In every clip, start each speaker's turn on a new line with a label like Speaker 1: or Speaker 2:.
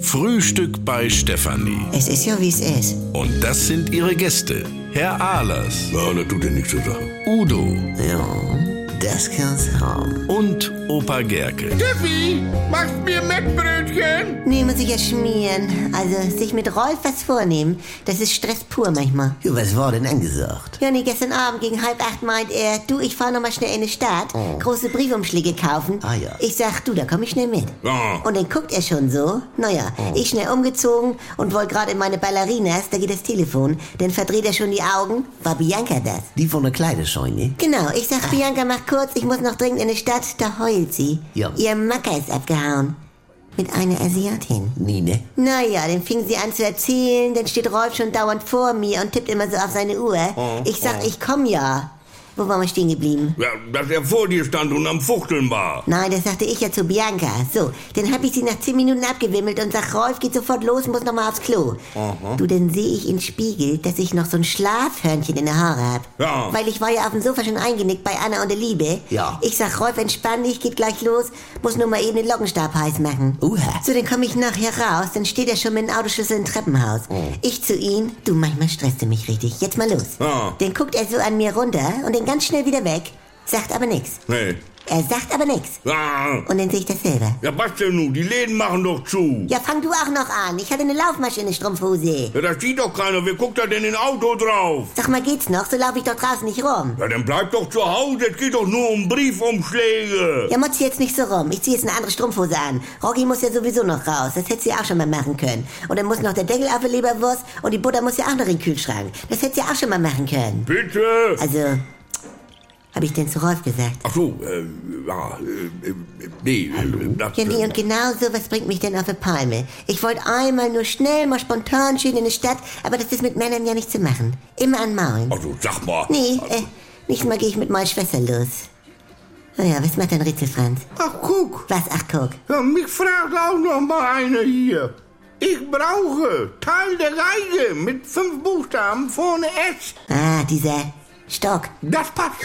Speaker 1: Frühstück bei Stefanie.
Speaker 2: Es ist ja, wie es ist.
Speaker 1: Und das sind ihre Gäste. Herr Ahlers,
Speaker 3: Ja, das tut dir nichts zu sagen.
Speaker 1: Udo
Speaker 2: Ja, das kann's haben.
Speaker 1: und Opa Gerke.
Speaker 4: Steffi, machst mir Mettbrötchen?
Speaker 2: Nee, muss ich ja schmieren. Also, sich mit Rolf was vornehmen, das ist Stress pur manchmal.
Speaker 5: Ja, was war denn angesagt?
Speaker 2: Ja, nee, gestern Abend gegen halb acht meint er, du, ich fahr nochmal schnell in die Stadt, große Briefumschläge kaufen.
Speaker 5: Ah, ja.
Speaker 2: Ich sag, du, da komm ich schnell mit.
Speaker 3: Ja.
Speaker 2: Und dann guckt er schon so. Naja, ich schnell umgezogen und wollt gerade in meine Ballerinas, da geht das Telefon. Dann verdreht er schon die Augen. War Bianca das?
Speaker 5: Die von der Kleiderscheune?
Speaker 2: Genau, ich sag, Bianca, mach kurz, ich muss noch dringend in die Stadt, da heult sie.
Speaker 5: Ja.
Speaker 2: Ihr Macker ist abgehauen. Mit einer Asiatin.
Speaker 5: Nee, ne?
Speaker 2: Naja, dann fing sie an zu erzählen, dann steht Rolf schon dauernd vor mir und tippt immer so auf seine Uhr. Ich sag, ich komm ja. Wo waren wir stehen geblieben?
Speaker 3: Ja, dass er vor dir stand und am Fuchteln war.
Speaker 2: Nein, das sagte ich ja zu Bianca. So, dann hab ich sie nach zehn Minuten abgewimmelt und sag, Rolf, geht sofort los, muss nochmal aufs Klo. Du, dann sehe ich im Spiegel, dass ich noch so ein Schlafhörnchen in der Haare hab.
Speaker 3: Ja.
Speaker 2: Weil ich war ja auf dem Sofa schon eingenickt bei Anna und der Liebe.
Speaker 5: Ja.
Speaker 2: Ich sag, Rolf, entspann dich, geht gleich los, muss nur mal eben den Lockenstab heiß machen.
Speaker 5: Uha.
Speaker 2: So, dann komme ich nachher raus, dann steht er schon mit dem Autoschlüssel im Treppenhaus. Ich zu ihm, du, manchmal stresst du mich richtig, jetzt mal los.
Speaker 3: Ja.
Speaker 2: Dann guckt er so an mir runter und dann ganz schnell wieder weg, sagt aber nix.
Speaker 3: Nee.
Speaker 2: Er sagt aber nix.
Speaker 3: Ja,
Speaker 2: Und dann sehe ich das selber.
Speaker 3: ah, ja, was denn nun? Die Läden machen doch zu.
Speaker 2: Ja, fang du auch noch an. Ich hatte eine Laufmaschine, Strumpfhose.
Speaker 3: Ja, das sieht doch keiner. Wer guckt da denn in Auto drauf?
Speaker 2: Sag mal, geht's noch? So laufe ich doch draußen nicht rum.
Speaker 3: Ja, dann bleib doch zu Hause. Es geht doch nur um Briefumschläge.
Speaker 2: Ja, motz jetzt nicht so rum. Ich zieh jetzt eine andere Strumpfhose an. Rocky muss ja sowieso noch raus. Das hättest du ja auch schon mal machen können. Und dann muss noch der Deckel auf die Leberwurst und die Butter muss ja auch noch in den Kühlschrank. Das hättest du ja auch schon mal machen können.
Speaker 3: Bitte.
Speaker 2: Also, hab ich denn zu Rolf gesagt?
Speaker 3: Ach so, äh, ja, äh, äh, nee. Äh, das,
Speaker 2: Ja, nee,
Speaker 3: äh,
Speaker 2: und genau sowas bringt mich denn auf die Palme. Ich wollte einmal nur schnell, mal spontan schön in die Stadt, aber das ist mit Männern ja nicht zu machen. Immer an Maulen.
Speaker 3: also, sag mal.
Speaker 2: Nee, äh, nicht mal gehe ich mit meiner Schwester los. Naja, was macht dein Rätsel, Franz?
Speaker 4: Ach guck,
Speaker 2: Was? Ach, guck.
Speaker 4: ja, mich fragt auch noch mal einer hier. Ich brauche Teil der Reihe mit fünf Buchstaben vorne S.
Speaker 2: Ah, dieser Stock.
Speaker 4: Das passt.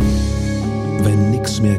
Speaker 6: Wenn nichts mehr